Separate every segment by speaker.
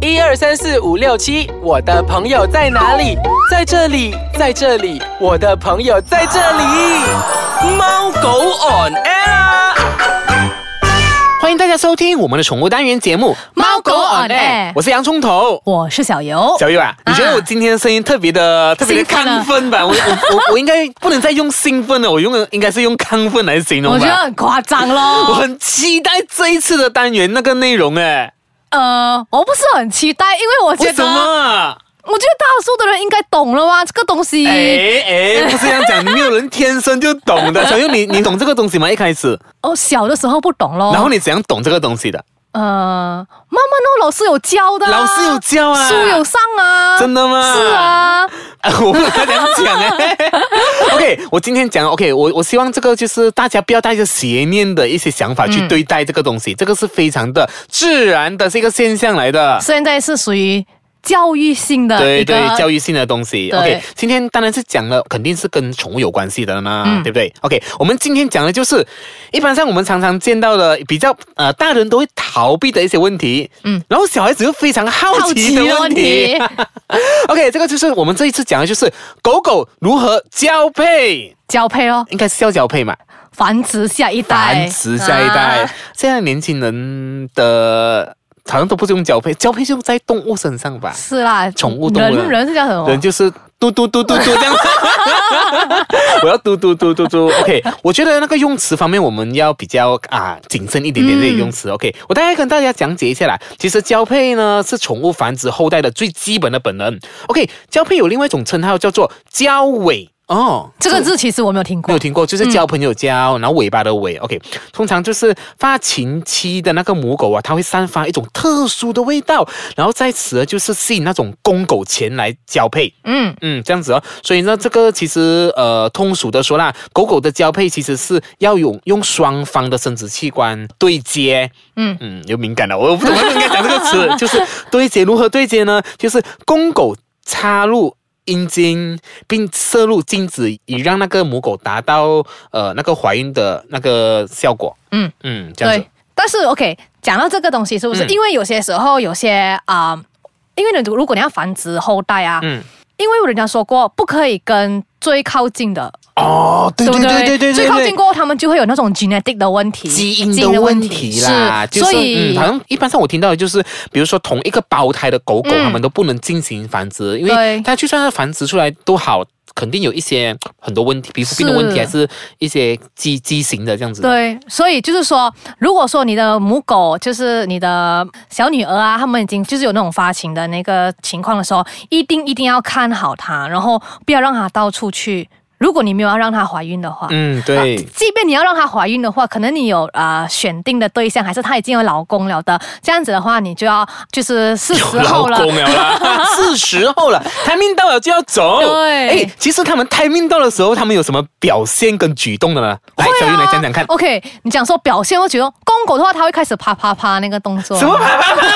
Speaker 1: 一二三四五六七，我的朋友在哪里？在这里，在这里，我的朋友在这里。
Speaker 2: 猫狗 on air 啊！
Speaker 3: 欢迎大家收听我们的宠物单元节目《
Speaker 4: 猫狗 on air
Speaker 3: 我是洋葱头。
Speaker 4: 我是小游，
Speaker 3: 小玉啊，你觉得我今天的声音特别的、特别的
Speaker 4: 兴奋
Speaker 3: 亢
Speaker 4: 啊
Speaker 3: 奋吧？我我我我应该不能再用兴奋了，我用的应该是用亢奋来形容
Speaker 4: 我觉得
Speaker 3: 吧。
Speaker 4: 很夸张
Speaker 3: 我
Speaker 4: 咯。
Speaker 3: 很期待这一次的单元那个内容哎，
Speaker 4: 呃，我不是很期待，因为我觉
Speaker 3: 为什
Speaker 4: 得，
Speaker 3: 么？
Speaker 4: 我觉得大多数的人应该懂了哇，这个东西。
Speaker 3: 哎哎，不是这样讲，没有人天生就懂 的。小玉，你你懂这个东西吗？一开始，
Speaker 4: 哦，小的时候不懂咯。
Speaker 3: 然后你怎样懂这个东西的？
Speaker 4: 呃，慢慢哦，老师有教的啊、
Speaker 3: 老师有教啊
Speaker 4: 书有上啊，
Speaker 3: 真的吗
Speaker 4: 是啊，
Speaker 3: 啊 我不能这样讲哎、OK，我今天讲 OK，我我希望这个就是大家不要带着邪念的一些想法去对待这个东西，这个是非常的自然的，是一个现象来的。
Speaker 4: 现在是属于教育性的
Speaker 3: 对
Speaker 4: 呃一个
Speaker 3: 对，教育性的东西。
Speaker 4: 对
Speaker 3: OK，今天当然是讲了，肯定是跟宠物有关系的嘛，
Speaker 4: 嗯
Speaker 3: 对不对？OK，我们今天讲的就是，一般上我们常常见到的比较呃，大人都会逃避的一些问题，嗯
Speaker 4: 嗯，
Speaker 3: 然后小孩子又非常好奇的问题。
Speaker 4: 好奇
Speaker 3: OK，这个就是我们这一次讲的就是狗狗如何交配，
Speaker 4: 交配咯，
Speaker 3: 应该是要交配嘛，
Speaker 4: 繁殖下一代，
Speaker 3: 繁殖下一代。
Speaker 4: 啊
Speaker 3: 现在年轻人的好像都不是用交配，交配是用在动物身上吧？
Speaker 4: 是啦，
Speaker 3: 宠物动物啦
Speaker 4: 人人是叫什么？
Speaker 3: 人就是嘟嘟嘟嘟嘟这样， 我要嘟嘟嘟嘟嘟。OK，我觉得那个用词方面我们要比较啊谨慎一点点
Speaker 4: 嗯
Speaker 3: 这些用词。OK，我大概跟大家讲解一下啦。其实交配呢是宠物繁殖后代的最基本的本能。OK，交配有另外一种称号叫做交尾哦。
Speaker 4: 这个字其实我没有听
Speaker 3: 没
Speaker 4: 过
Speaker 3: 有，听过，就是交朋友交，然后尾巴的尾，OK，通常就是发情期的那个母狗啊，它会散发一种特殊的味道，然后在此呢就是吸引那种公狗前来交配，
Speaker 4: 嗯，
Speaker 3: 嗯，这样子哦。所以呢，这个其实呃，通俗的说啦，狗狗的交配其实是要用用双方的生殖器官对接。
Speaker 4: 嗯
Speaker 3: 嗯，又敏感了，我不懂应该讲这个 词，就是对接如何对接呢？就是公狗插入。阴茎，并摄入精子，以让那个母狗达到呃那个怀孕的那个效果。
Speaker 4: 嗯
Speaker 3: 嗯，这样子
Speaker 4: 对。。但是 OK，讲到这个东西，是不是？
Speaker 3: 嗯
Speaker 4: 因为有些时候有些啊、因为你如果你要繁殖后代啊，
Speaker 3: 嗯，
Speaker 4: 因为人家说过不可以跟最靠近的，
Speaker 3: 哦，对
Speaker 4: 对
Speaker 3: 对
Speaker 4: 不
Speaker 3: 对对对对，
Speaker 4: 最靠
Speaker 3: 对
Speaker 4: 近过后，他们就会有那种 genetic 的问题，
Speaker 3: 基因的问题啦，
Speaker 4: 是，
Speaker 3: 就
Speaker 4: 所
Speaker 3: 是
Speaker 4: 以、
Speaker 3: 嗯，好像一般上我听到的就是，比如说同一个胞胎的狗狗，
Speaker 4: 嗯
Speaker 3: 它们都不能进行繁殖，因为
Speaker 4: 对
Speaker 3: 它就算它繁殖出来都好，肯定有一些很多问题，皮肤病的问题，
Speaker 4: 是
Speaker 3: 还是一些畸畸形的这样子。，
Speaker 4: 对，所以就是说，如果说你的母狗就是你的小女儿啊，他们已经就是有那种发情的那个情况的时候，一定一定要看好它，然后不要让它到处去。如果你没有要让它怀孕的话，
Speaker 3: 嗯，对，
Speaker 4: 啊即便你要让她怀孕的话，可能你有啊、呃选定的对象，还是她已经有老公了的，这样子的话，你就要就是是时
Speaker 3: 老
Speaker 4: 候了。
Speaker 3: 公了 啦，是时候了，胎命到了就要走。
Speaker 4: 对
Speaker 3: 哎，其实他们胎命到的时候，他们有什么表现跟举动的呢？来，小云来讲讲看。
Speaker 4: 啊 OK，你讲说表现，我觉得公狗的话，它会开始啪啪啪那个动作。
Speaker 3: 什么啪啪啪？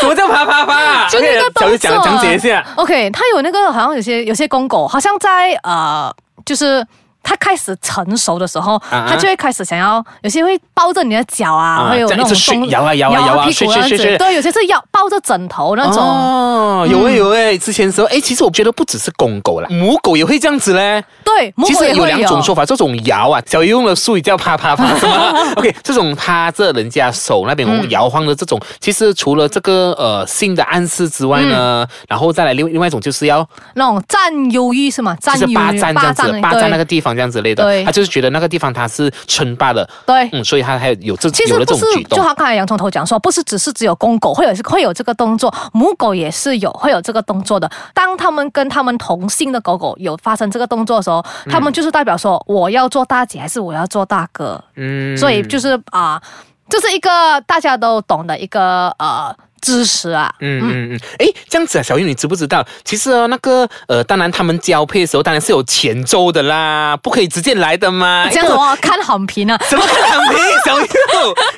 Speaker 3: 什么叫啪啪啪？
Speaker 4: 就那个
Speaker 3: OK，小
Speaker 4: 动作。
Speaker 3: 云讲讲解啊一下。。
Speaker 4: OK，它有那个好像有些有些公狗，好像在呃，就是。它开始成熟的时候，
Speaker 3: 啊
Speaker 4: 它就会开始想要，有些会抱着你的脚啊，
Speaker 3: 啊
Speaker 4: 会有
Speaker 3: 这
Speaker 4: 那
Speaker 3: 样一
Speaker 4: 种
Speaker 3: 直睡
Speaker 4: 动
Speaker 3: 摇啊摇啊摇啊
Speaker 4: 屁股
Speaker 3: 睡
Speaker 4: 那
Speaker 3: 睡
Speaker 4: 样
Speaker 3: 睡睡
Speaker 4: 子，对，有些是要抱着枕头那种，嗯
Speaker 3: 哦，有诶有诶，之前的时候诶，其实我觉得不只是公狗啦，母狗也会这样子嘞。
Speaker 4: 对，嗯母
Speaker 3: 其
Speaker 4: 狗
Speaker 3: 实
Speaker 4: 也
Speaker 3: 有
Speaker 4: 会
Speaker 3: 两种说法，这种摇啊，小鱼用的术语叫啪啪啪， 是吗？OK，这种趴着人家手那边
Speaker 4: 嗯
Speaker 3: 摇晃的这种，其实除了这个呃性的暗示之外呢，
Speaker 4: 嗯
Speaker 3: 然后再来另另外一种就是要
Speaker 4: 那种占有欲是吗？占
Speaker 3: 就是
Speaker 4: 有欲
Speaker 3: 霸占这样子，霸占那
Speaker 4: 对
Speaker 3: 个地方这样子类的，
Speaker 4: 对
Speaker 3: 他就是觉得那个地方他是称霸的，
Speaker 4: 对。
Speaker 3: 嗯，所以他还有有这
Speaker 4: 哎其
Speaker 3: 有
Speaker 4: 实
Speaker 3: 了这
Speaker 4: 不
Speaker 3: 种
Speaker 4: 是
Speaker 3: 举，
Speaker 4: 就
Speaker 3: 动。
Speaker 4: 好像刚才洋葱头讲说，不是只是只有公狗会有会有这个动作，母狗也是有会有这个动作的。当他们跟他们同性的狗狗有发生这个动作的时候，
Speaker 3: 嗯
Speaker 4: 他们就是代表说我要做大姐还是我要做大哥，
Speaker 3: 嗯
Speaker 4: 所以就是啊、这是一个大家都懂的一个呃知识啊。
Speaker 3: 嗯嗯嗯，哎，这样子啊，小玉，你知不知道？其实哦，那个呃，当然他们交配的时候，当然是有前奏的啦，不可以直接来的嘛。
Speaker 4: 啊这样
Speaker 3: 因
Speaker 4: 子
Speaker 3: 为
Speaker 4: 我看好评啊，
Speaker 3: 怎么可能没小玉？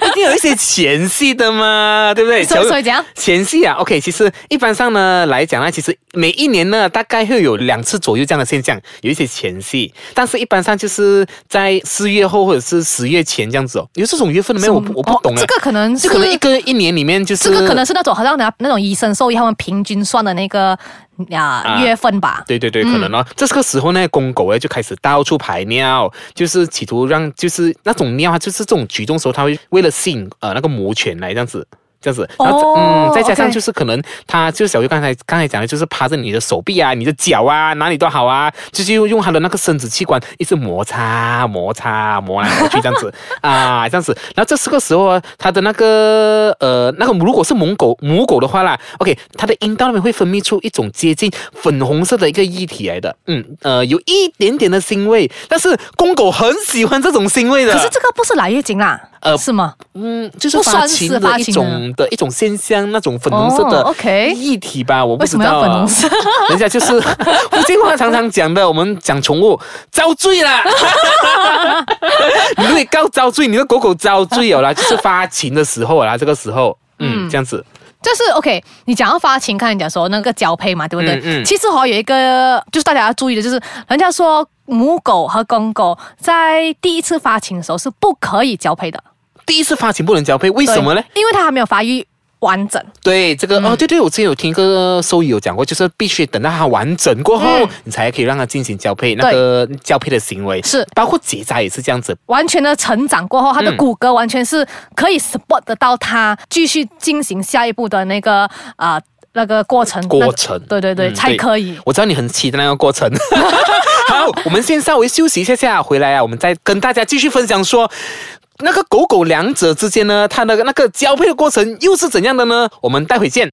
Speaker 3: 一定有一些前戏的嘛，对不对？
Speaker 4: 所
Speaker 3: 小
Speaker 4: 以
Speaker 3: 玉
Speaker 4: 所以怎样？
Speaker 3: 前戏啊，OK，其实一般上呢来讲呢，其实每一年呢大概会有两次左右这样的现象，有一些前戏，但是一般上就是在四月后或者是十月前这样子哦，有这种月份的没有？我不我不懂
Speaker 4: 哦
Speaker 3: 啊。
Speaker 4: 这个可能是
Speaker 3: 这可能一个一年里面就是
Speaker 4: 这个可能是那种好像拿那种医生兽医他们平均算的那个啊
Speaker 3: 啊
Speaker 4: 月份吧。
Speaker 3: 对对对，可
Speaker 4: 嗯
Speaker 3: 能哦。这个时候呢，公狗呢就开始到处排尿，就是企图让就是那种尿啊，就是这种举动时候，它会为了吸引呃那个魔犬来这样子。这样子，然后、
Speaker 4: 哦
Speaker 3: 嗯，再加上
Speaker 4: OK
Speaker 3: 就是可能它就是小鱼刚才刚才讲的，就是趴着你的手臂啊、你的脚啊，哪里都好啊，就是用用它的那个生殖器官一直摩擦、摩擦、磨来磨去这样子啊，这样子。然后这四个时候啊，它的那个呃那个如果是母狗母狗的话啦，OK，它的阴道那边会分泌出一种接近粉红色的一个液体来的，嗯呃有一点点的腥味，但是公狗很喜欢这种腥味的。
Speaker 4: 可是这个不是来月经啦，
Speaker 3: 呃
Speaker 4: 是吗？
Speaker 3: 嗯，就是
Speaker 4: 不
Speaker 3: 发
Speaker 4: 算
Speaker 3: 情
Speaker 4: 是
Speaker 3: 的
Speaker 4: 发
Speaker 3: 一
Speaker 4: 情
Speaker 3: 种的一种现象，那种粉红色的
Speaker 4: 哦，OK
Speaker 3: 液体吧，我不
Speaker 4: 为
Speaker 3: 知
Speaker 4: 什么要
Speaker 3: 道、啊。
Speaker 4: 粉红色？
Speaker 3: 人家就是福建话常常讲的，我们讲宠物遭罪啦。 你如果告遭罪，你的狗狗遭罪了啦，就是发情的时 候啦，这个时候，嗯，这样子，
Speaker 4: 就是 OK，你讲到发情，看你讲说那个交配嘛，对不对？
Speaker 3: 嗯嗯
Speaker 4: 其实哈、有一个就是大家要注意的，就是人家说母狗和公狗在第一次发情的时候是不可以交配的，
Speaker 3: 第一次发情不能交配，为
Speaker 4: 对
Speaker 3: 什么呢？？
Speaker 4: 因为它还没有发育完整。
Speaker 3: 对，这个、哦，对对，我之前有听一个兽医有讲过，就是必须等到它完整过后，
Speaker 4: 嗯
Speaker 3: 你才可以让它进行交配，那个交配的行为
Speaker 4: 是
Speaker 3: 包括结扎也是这样子。
Speaker 4: 完全的成长过后，它的
Speaker 3: 嗯
Speaker 4: 骨骼完全是可以 support 得到它继续进行下一步的那个啊、呃那个过程。
Speaker 3: 过
Speaker 4: 那个
Speaker 3: 程
Speaker 4: 对对对，
Speaker 3: 嗯
Speaker 4: 才
Speaker 3: 对
Speaker 4: 可以。
Speaker 3: 我知道你很期待那个过程。 好，我们先稍微休息一下下，回来啊，我们再跟大家继续分享说。那个狗狗两者之间呢，它的那个交配的过程又是怎样的呢？我们待会见。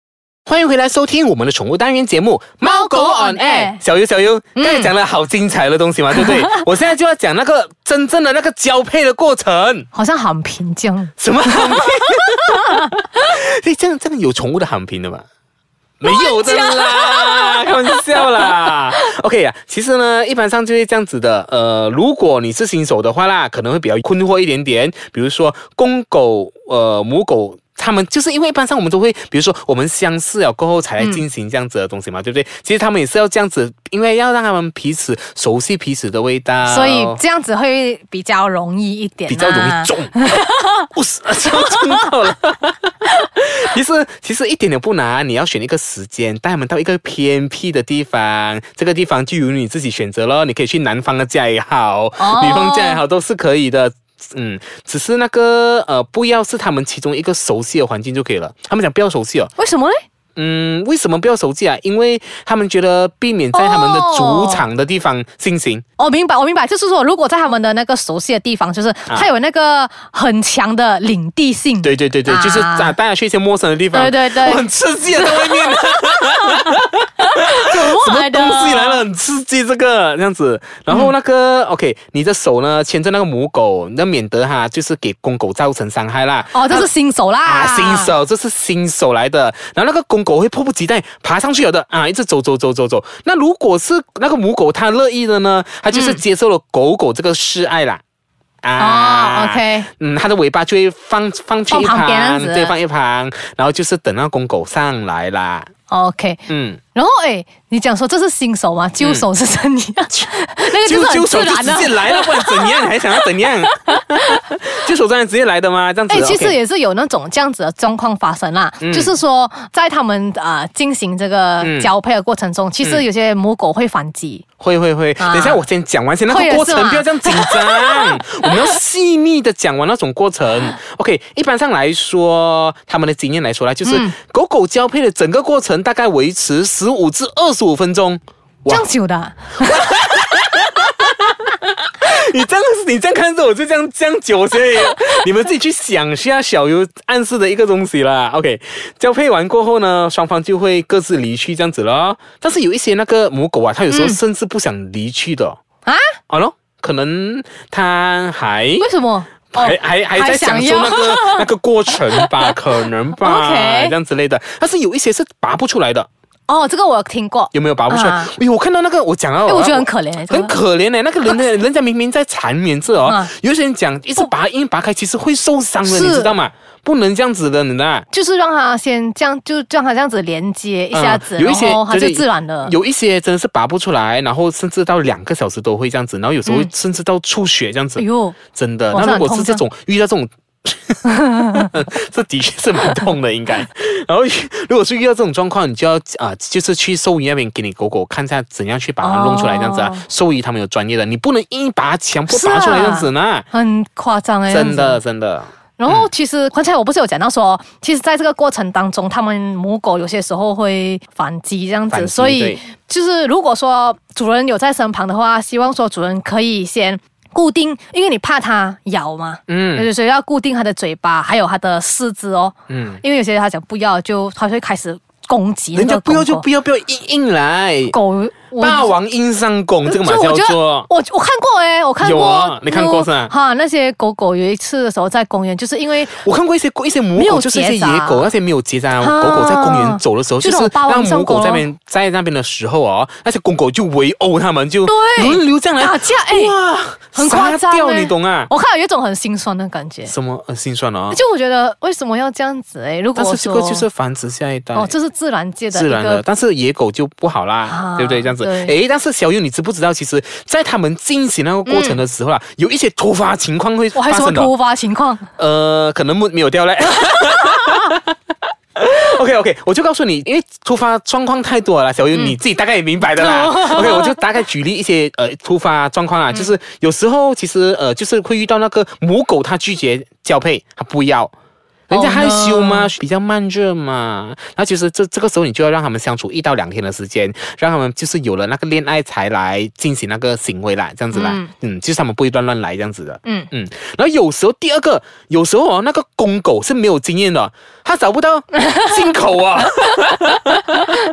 Speaker 3: 欢迎回来收听我们的宠物单元节目《猫狗 on air》。小优，嗯小优，刚才讲了好精彩的东西嘛，对不 对？我现在就要讲那个真正的那个交配的过程。
Speaker 4: 好像很平静，
Speaker 3: 什 么喊评？所以这样这样有宠物的喊评的吗？没有的啦， 开玩笑啦。OK 啊，其实呢，一般上就是这样子的。呃，如果你是新手的话啦，可能会比较困惑一点点。比如说公狗，呃，母狗。他们就是因为一般上我们都会，比如说我们相似了过后才来进行这样子的东西嘛，对不对？其实他们也是要这样子，因为要让他们彼此熟悉彼此的味道，
Speaker 4: 所以这样子会比较容易一
Speaker 3: 哦
Speaker 4: 点、啊，
Speaker 3: 比较容易中， 不是就中到了。 其实其实一点也不难，你要选一个时间，带他们到一个偏僻的地方，这个地方就由你自己选择咯。你可以去男方的家也好，
Speaker 4: 哦
Speaker 3: 女方家也好，都是可以的。嗯，只是那个呃，不要是他们其中一个熟悉的环境就可以了。他们讲不要熟悉哦，
Speaker 4: 为什么呢？
Speaker 3: 嗯，为什么不要熟悉啊？因为他们觉得避免在他们
Speaker 4: 哦
Speaker 3: 的主场的地方进行。
Speaker 4: 我哦明白，我明白，就是说，如果在他们的那个熟悉的地方，就是它有那个很强的领地性。
Speaker 3: 啊对对对对，
Speaker 4: 啊
Speaker 3: 就是带带他去一些陌生的地方。
Speaker 4: 对对对
Speaker 3: 我很刺激啊，在外面。
Speaker 4: 什么 来的
Speaker 3: 东西来了，？很刺激这个这样子。然后那个、OK，你的手呢牵着那个母狗，那免得哈就是给公狗造成伤害啦。
Speaker 4: 哦，这是新手啦，
Speaker 3: 啊，新。手，这是新手来的。然后那个公狗会迫不及待爬上去有的啊，一直走走走走走。那如果是那个母狗，它乐意的呢，它就是
Speaker 4: 嗯
Speaker 3: 接受了狗狗这个示爱啦。
Speaker 4: 哦，OK
Speaker 3: 嗯，它的尾巴就会放放去一
Speaker 4: 放旁边这样
Speaker 3: 旁，
Speaker 4: 子
Speaker 3: 对，放一旁，然后就是等那公狗上来啦。
Speaker 4: OK，
Speaker 3: 嗯，
Speaker 4: 然后哎，你讲说这是新手吗？旧手是怎样？ 那个就
Speaker 3: 就是就手就
Speaker 4: 很自然啊
Speaker 3: 直
Speaker 4: 的
Speaker 3: 接。来了，不然怎样？你还想要怎样？ 就手当然直接来的吗？这样子。
Speaker 4: 哎，其实
Speaker 3: OK
Speaker 4: 也是有那种这样子的状况发生啦，就是说在他们啊、呃进行这个
Speaker 3: 嗯
Speaker 4: 交配的过程中，其实有些母狗会反击。
Speaker 3: 会会会，
Speaker 4: 啊
Speaker 3: 等一下我先讲完先那
Speaker 4: 会
Speaker 3: 个
Speaker 4: 也
Speaker 3: 过
Speaker 4: 是
Speaker 3: 程，
Speaker 4: 吗
Speaker 3: 不要这样紧张，我们要细腻的讲完那种过程。OK，一 般上来说，他们的经验来说啦，就是
Speaker 4: 嗯
Speaker 3: 狗狗交配的整个过程大概维持十五至二十五分钟。
Speaker 4: 这
Speaker 3: 哇
Speaker 4: 样，久的啊，
Speaker 3: 你这样你这样看着我就这样这样久，所以你们自己去想一下小优暗示的一个东西啦。OK，交配完过后呢，双方就会各自离去这样子咯。但是有一些那个母狗啊，它有时候
Speaker 4: 嗯
Speaker 3: 甚至不想离去的。哦
Speaker 4: 啊
Speaker 3: 好咯，可能它还
Speaker 4: 为什么？哦
Speaker 3: 还还还在享受那 个那个过程吧，可能吧
Speaker 5: OK
Speaker 3: 这样之类的。但是有一些是拔不出来的，
Speaker 4: 哦，这个我有听过，
Speaker 3: 有没有拔不出来？
Speaker 4: 啊
Speaker 3: 哎呦，我看到那个，我讲啊，
Speaker 4: 哎我觉得很可怜哎这个
Speaker 3: 很可怜呢。欸那个 人呢，人家明明在缠绵着哦，
Speaker 4: 啊
Speaker 3: 有些人讲一直拔硬拔开，其实会受伤的，
Speaker 4: 是
Speaker 3: 你知道吗？不能这样子的，你知道吗？
Speaker 4: 就是让他先这样，就让他这样子连接一下子，
Speaker 3: 嗯有一些
Speaker 4: 然后他
Speaker 3: 真
Speaker 4: 就
Speaker 3: 的
Speaker 4: 自然了。
Speaker 3: 有一些真的是拔不出来，然后甚至到两个小时都会这样子，然后有时候
Speaker 4: 嗯
Speaker 3: 甚至到出血这样子。
Speaker 4: 哎呦，
Speaker 3: 真的。
Speaker 4: 哇
Speaker 3: 那
Speaker 4: 这
Speaker 3: 如果
Speaker 4: 很
Speaker 3: 是这
Speaker 4: 痛
Speaker 3: 种遇到这 种，这的确是蛮痛的，应该。然后如果是遇到这种状况，你就要啊、就是去兽医那边给你狗狗看一下怎样去把它弄出来，这样子啊。
Speaker 4: 哦
Speaker 3: 兽医他们有专业的，你不能硬把它强迫
Speaker 4: 是
Speaker 3: 拔出来
Speaker 4: 啊
Speaker 3: 这样子呢。
Speaker 4: 很夸张哎，
Speaker 3: 真
Speaker 4: 这样
Speaker 3: 的，
Speaker 4: 子。
Speaker 3: 真的，
Speaker 4: 然后其实刚才我不是有讲到说，其实在这个过程当中，他们母狗有些时候会反击这样
Speaker 3: 反
Speaker 4: 子，
Speaker 3: 击
Speaker 4: 所以
Speaker 3: 对
Speaker 4: 就是如果说主人有在身旁的话，希望说主人可以先。固定，因为你怕它咬嘛，
Speaker 3: 嗯
Speaker 4: 嗯，所以要固定它的嘴巴，还有它的四肢哦，
Speaker 3: 嗯，
Speaker 4: 因为有些人他讲不要，就它会开始攻击那
Speaker 3: 人
Speaker 4: 个
Speaker 3: 家不要
Speaker 4: 狗
Speaker 3: 就
Speaker 4: 狗
Speaker 3: 不要，不要硬硬来。
Speaker 4: 狗，我
Speaker 3: 霸王硬上弓，这个嘛
Speaker 4: 就
Speaker 3: 叫
Speaker 4: 我觉得
Speaker 3: 做。
Speaker 4: 我我看过哎、我看过，
Speaker 3: 有啊你看过是吧
Speaker 4: 哈，那些狗狗有一次的时候在公园，就是因为
Speaker 3: 我看过一些一些母
Speaker 4: 没
Speaker 3: 狗，
Speaker 4: 有
Speaker 3: 就是一些
Speaker 4: 结扎
Speaker 3: 野狗，那些没有结扎的
Speaker 4: 啊
Speaker 3: 狗狗在公园走的时候，就
Speaker 4: 这
Speaker 3: 是
Speaker 4: 种霸
Speaker 3: 让
Speaker 4: 王
Speaker 3: 母
Speaker 4: 上
Speaker 3: 狗
Speaker 4: 狗
Speaker 3: 在那边在那边的时候哦，那些公狗就围殴他们，就
Speaker 4: 对
Speaker 3: 轮流这样来
Speaker 4: 打 架哎
Speaker 3: 哇，
Speaker 4: 很夸张
Speaker 3: 杀掉
Speaker 4: 哎
Speaker 3: 你懂 啊？
Speaker 4: 我看到有一种很心酸的感觉，
Speaker 3: 什么呃心酸哦？
Speaker 4: 就我觉得为什么要这样子哎、如果
Speaker 3: 但
Speaker 4: 说
Speaker 3: 是这个就是繁殖下一代。
Speaker 4: 哦，这是自然界的
Speaker 3: 自
Speaker 4: 一
Speaker 3: 然的，
Speaker 4: 个
Speaker 3: 但是野狗就不好啦，
Speaker 4: 啊
Speaker 3: 对不对？这样子，
Speaker 4: 对
Speaker 3: 诶，但是小优，你知不知道，其实，在他们进行那个过程的时候啊，有一些突发情况会
Speaker 4: 我还
Speaker 3: 发
Speaker 4: 有什
Speaker 3: 生
Speaker 4: 么
Speaker 3: 的。哦
Speaker 4: 突发情况？
Speaker 3: 呃，可能没没有掉嘞。OK OK，我就告诉你，因为突发状况太多了啦，小云、你自己大概也明白的啦。OK，我就大概举例一些呃突发状况啊，就是有时候其实呃就是会遇到那个母狗它拒绝交配，它不要。人家
Speaker 4: Oh
Speaker 3: 害羞嘛
Speaker 4: no
Speaker 3: 比较慢热嘛。那其实这这个时候你就要让他们相处一到两天的时间，让他们就是有了那个恋爱才来进行那个行为啦，这样子啦。嗯
Speaker 4: 嗯
Speaker 3: 就是他们不会乱乱来这样子的。
Speaker 4: 嗯
Speaker 3: 嗯。然后有时候第二个，有时候哦，那个公狗是没有经验的，它找不 到进口啊。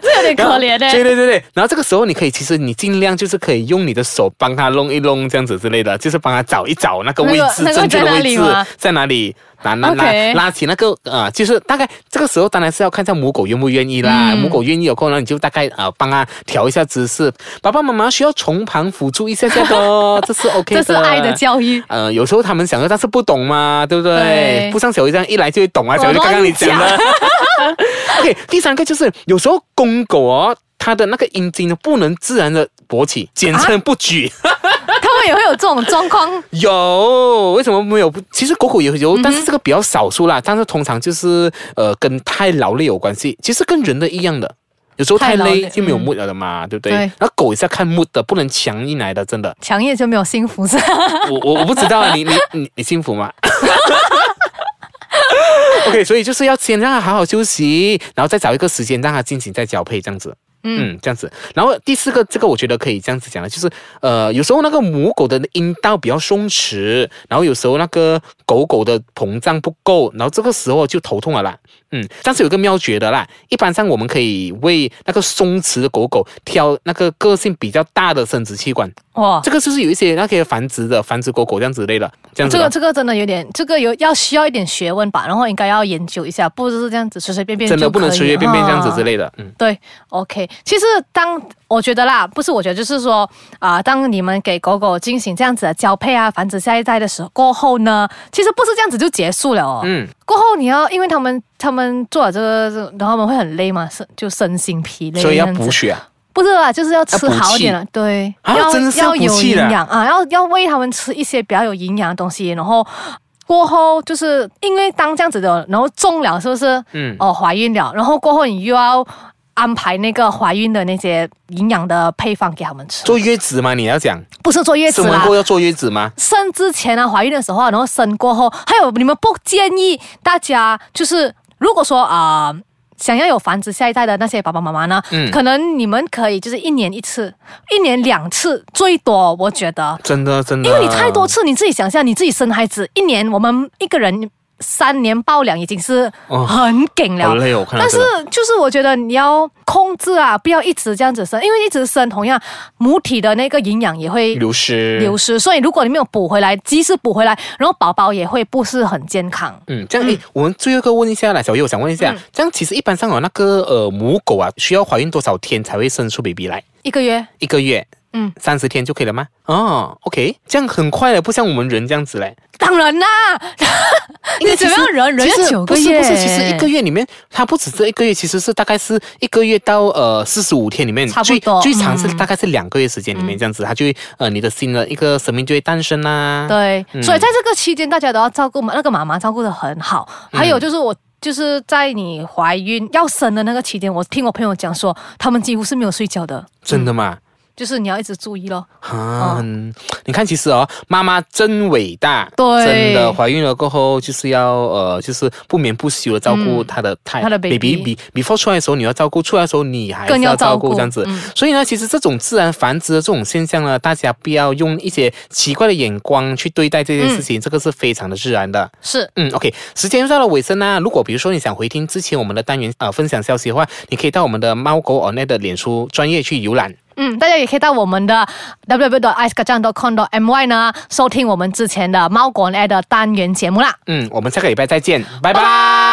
Speaker 4: 这有点 可怜哎、
Speaker 3: 对对对对，然后这个时候你可以，其实你尽量就是可以用你的手帮他弄一弄这样子之类的，就是帮他找一找那个位置，
Speaker 4: 那个那个
Speaker 3: 正确的
Speaker 4: 在哪
Speaker 3: 位
Speaker 4: 里
Speaker 3: 置
Speaker 4: 吗
Speaker 3: 在哪里。拉拉拉
Speaker 4: OK
Speaker 3: 拉起那个呃，就是大概这个时候当然是要看一下母狗愿不愿意啦。
Speaker 4: 嗯
Speaker 3: 母狗愿意有空呢，你就大概呃帮它调一下姿势。爸爸妈妈需要从旁辅助一下下的哦，这是 OK
Speaker 4: 这
Speaker 3: 的。
Speaker 4: 是爱的教育。
Speaker 3: 呃，有时候他们想要，但是不懂嘛，对不对？
Speaker 4: 对
Speaker 3: 不像小鱼这样一来就会懂啊，
Speaker 4: 我
Speaker 3: 小鱼刚刚你讲的
Speaker 4: 乱。
Speaker 3: OK，第三个就是有时候公狗哦，它的那个阴茎呢不能自然的勃起，简称不举。
Speaker 4: 啊他们也会有这种状况，
Speaker 3: 有为什么没有？其实狗狗也有，但是这个比较少数啦。但是通常就是呃跟太劳累有关系，其实跟人的一样的。有时候太
Speaker 4: 太劳
Speaker 3: 累
Speaker 4: 累
Speaker 3: 就没有
Speaker 4: 嗯
Speaker 3: mood 了的嘛，对不对？
Speaker 4: 对
Speaker 3: 那狗也是要看 mood 的，不能强硬来的，真的。
Speaker 4: 强烈就没有幸福是吧？
Speaker 3: 我我我不知道啊，你你你你幸福吗 ？OK，所以就是要先让他好好休息，然后再找一个时间让他进行再交配，这样子。嗯，这样子。然后第四个，这个我觉得可以这样子讲的，就是呃，有时候那个母狗的阴道比较松弛，然后有时候那个狗狗的膨胀不够，然后这个时候就头痛了啦。嗯，但是有一个妙诀的啦，一般上我们可以为那个松弛的狗狗挑那个个性比较大的生殖器官。
Speaker 4: 哇，
Speaker 3: 这个就是有一些那些繁殖的繁殖狗狗这样之类的，这样子
Speaker 4: 哦这
Speaker 3: 的。
Speaker 4: 个这个真的有点，这个有要需要一点学问吧，然后应该要研究一下，不是这样子随随便便
Speaker 3: 真的
Speaker 4: 就
Speaker 3: 不能
Speaker 4: 可以哦啊
Speaker 3: 随随便便这样子
Speaker 4: 哈
Speaker 3: 之类的，嗯，
Speaker 4: 对，OK。其实当我觉得啦，不是我觉得，就是说啊、当你们给狗狗进行这样子的交配啊、繁殖下一代的时候，过后呢，其实不是这样子就结束了哦。
Speaker 3: 嗯。
Speaker 4: 过后你要，因为他们他们做了这个，这然后他们会很累嘛，身就身心疲累，
Speaker 3: 所以要
Speaker 4: 这样子
Speaker 3: 补。血啊。
Speaker 4: 不是啦，就是要吃
Speaker 3: 要补
Speaker 4: 好一点
Speaker 3: 气
Speaker 4: 了，对，
Speaker 3: 啊
Speaker 4: 要
Speaker 3: 真的是要
Speaker 4: 要
Speaker 3: 补
Speaker 4: 有
Speaker 3: 气
Speaker 4: 营
Speaker 3: 的
Speaker 4: 养啊，要要喂他们吃一些比较有营养的东西，然后。过后就是因为当这样子的，然后中了是不是？
Speaker 3: 嗯
Speaker 4: 哦，怀孕了，然后过后你又要安排那个怀孕的那些营养的配方给他们吃，
Speaker 3: 坐月子吗？你要讲
Speaker 4: 不是坐月子
Speaker 3: 生完
Speaker 4: 啦
Speaker 3: 过。后要坐月子吗？
Speaker 4: 生之前啊，怀孕的时候啊，然后生过后，还有你们不建议大家，就是如果说啊、呃想要有繁殖下一代的那些爸爸妈妈呢，
Speaker 3: 嗯
Speaker 4: 可能你们可以就是一年一次，一年两次最多，我觉得。
Speaker 3: 真的真的，
Speaker 4: 因为你太多次，你自己想象，你自己生孩子，一年我们一个人三年抱两已经是
Speaker 3: 哦
Speaker 4: 很紧了。
Speaker 3: 好累哦，我看到
Speaker 4: 但
Speaker 3: 这
Speaker 4: 是
Speaker 3: 个。
Speaker 4: 就是我觉得你要控制啊，不要一直这样子生，因为一直生同样母体的那个营养也会
Speaker 3: 流失，
Speaker 4: 流失，所以如果你没有补回来，及时补回来，然后宝宝也会不是很健康。
Speaker 3: 嗯，这样诶，我们最后一个问一下啦，小叶，我想问一下，
Speaker 4: 嗯
Speaker 3: 这样其实一般上有那个呃母狗啊，需要怀孕多少天才会生出 baby 来？
Speaker 4: 一个月，
Speaker 3: 一个月，
Speaker 4: 嗯，
Speaker 3: 三十天就可以了吗？哦，OK，这样很快了，不像我们人这样子嘞。
Speaker 4: 当然 啦，你怎么样忍忍
Speaker 3: 其
Speaker 4: 了
Speaker 3: 实
Speaker 4: 九
Speaker 3: 不
Speaker 4: 个
Speaker 3: 是
Speaker 4: 月？
Speaker 3: 不是，其实一个月里面，它不止这一个月，其实是大概是一个月到呃四十五天里面，
Speaker 4: 差不
Speaker 3: 最
Speaker 4: 多
Speaker 3: 最长是
Speaker 4: 嗯
Speaker 3: 大概是两个月时间里面、这样子，它就会呃你的新的一个生命就会诞生啦、
Speaker 4: 对，
Speaker 3: 嗯
Speaker 4: 所以在这个期间，大家都要照顾那个妈妈，照顾的很好。还有就是我。就是在你怀孕要生的那个期间，我听我朋友讲说，他们几乎是没有睡觉的，
Speaker 3: 真的吗？
Speaker 4: 就是你要一直注意咯。
Speaker 3: 啊，很你看，其实哦，妈妈真伟大，
Speaker 4: 对
Speaker 3: 真的怀孕了过后就是要呃，就是不眠不休的照顾她的胎，
Speaker 4: 她的 baby
Speaker 3: 比 before 出来的时候你要照顾，出来的时候你还是
Speaker 4: 更要
Speaker 3: 要
Speaker 4: 照
Speaker 3: 照
Speaker 4: 顾
Speaker 3: 顾这样子。
Speaker 4: 嗯
Speaker 3: 所以呢，其实这种自然繁殖的这种现象呢，大家不要用一些奇怪的眼光去对待这件事情，这个是非常的自然的。
Speaker 4: 是，
Speaker 3: 嗯，OK，时间又到了尾声啦、如果比如说你想回听之前我们的单元呃分享消息的话，你可以到我们的猫狗 o n e 的脸书专业去浏览。
Speaker 4: 嗯，大家也可以到我们的 w w w i c e k a j a n c o m m y 呢收听我们之前的猫果 a 的单元节目啦。
Speaker 3: 嗯，我们下个礼拜再见，拜
Speaker 4: 拜
Speaker 3: 拜。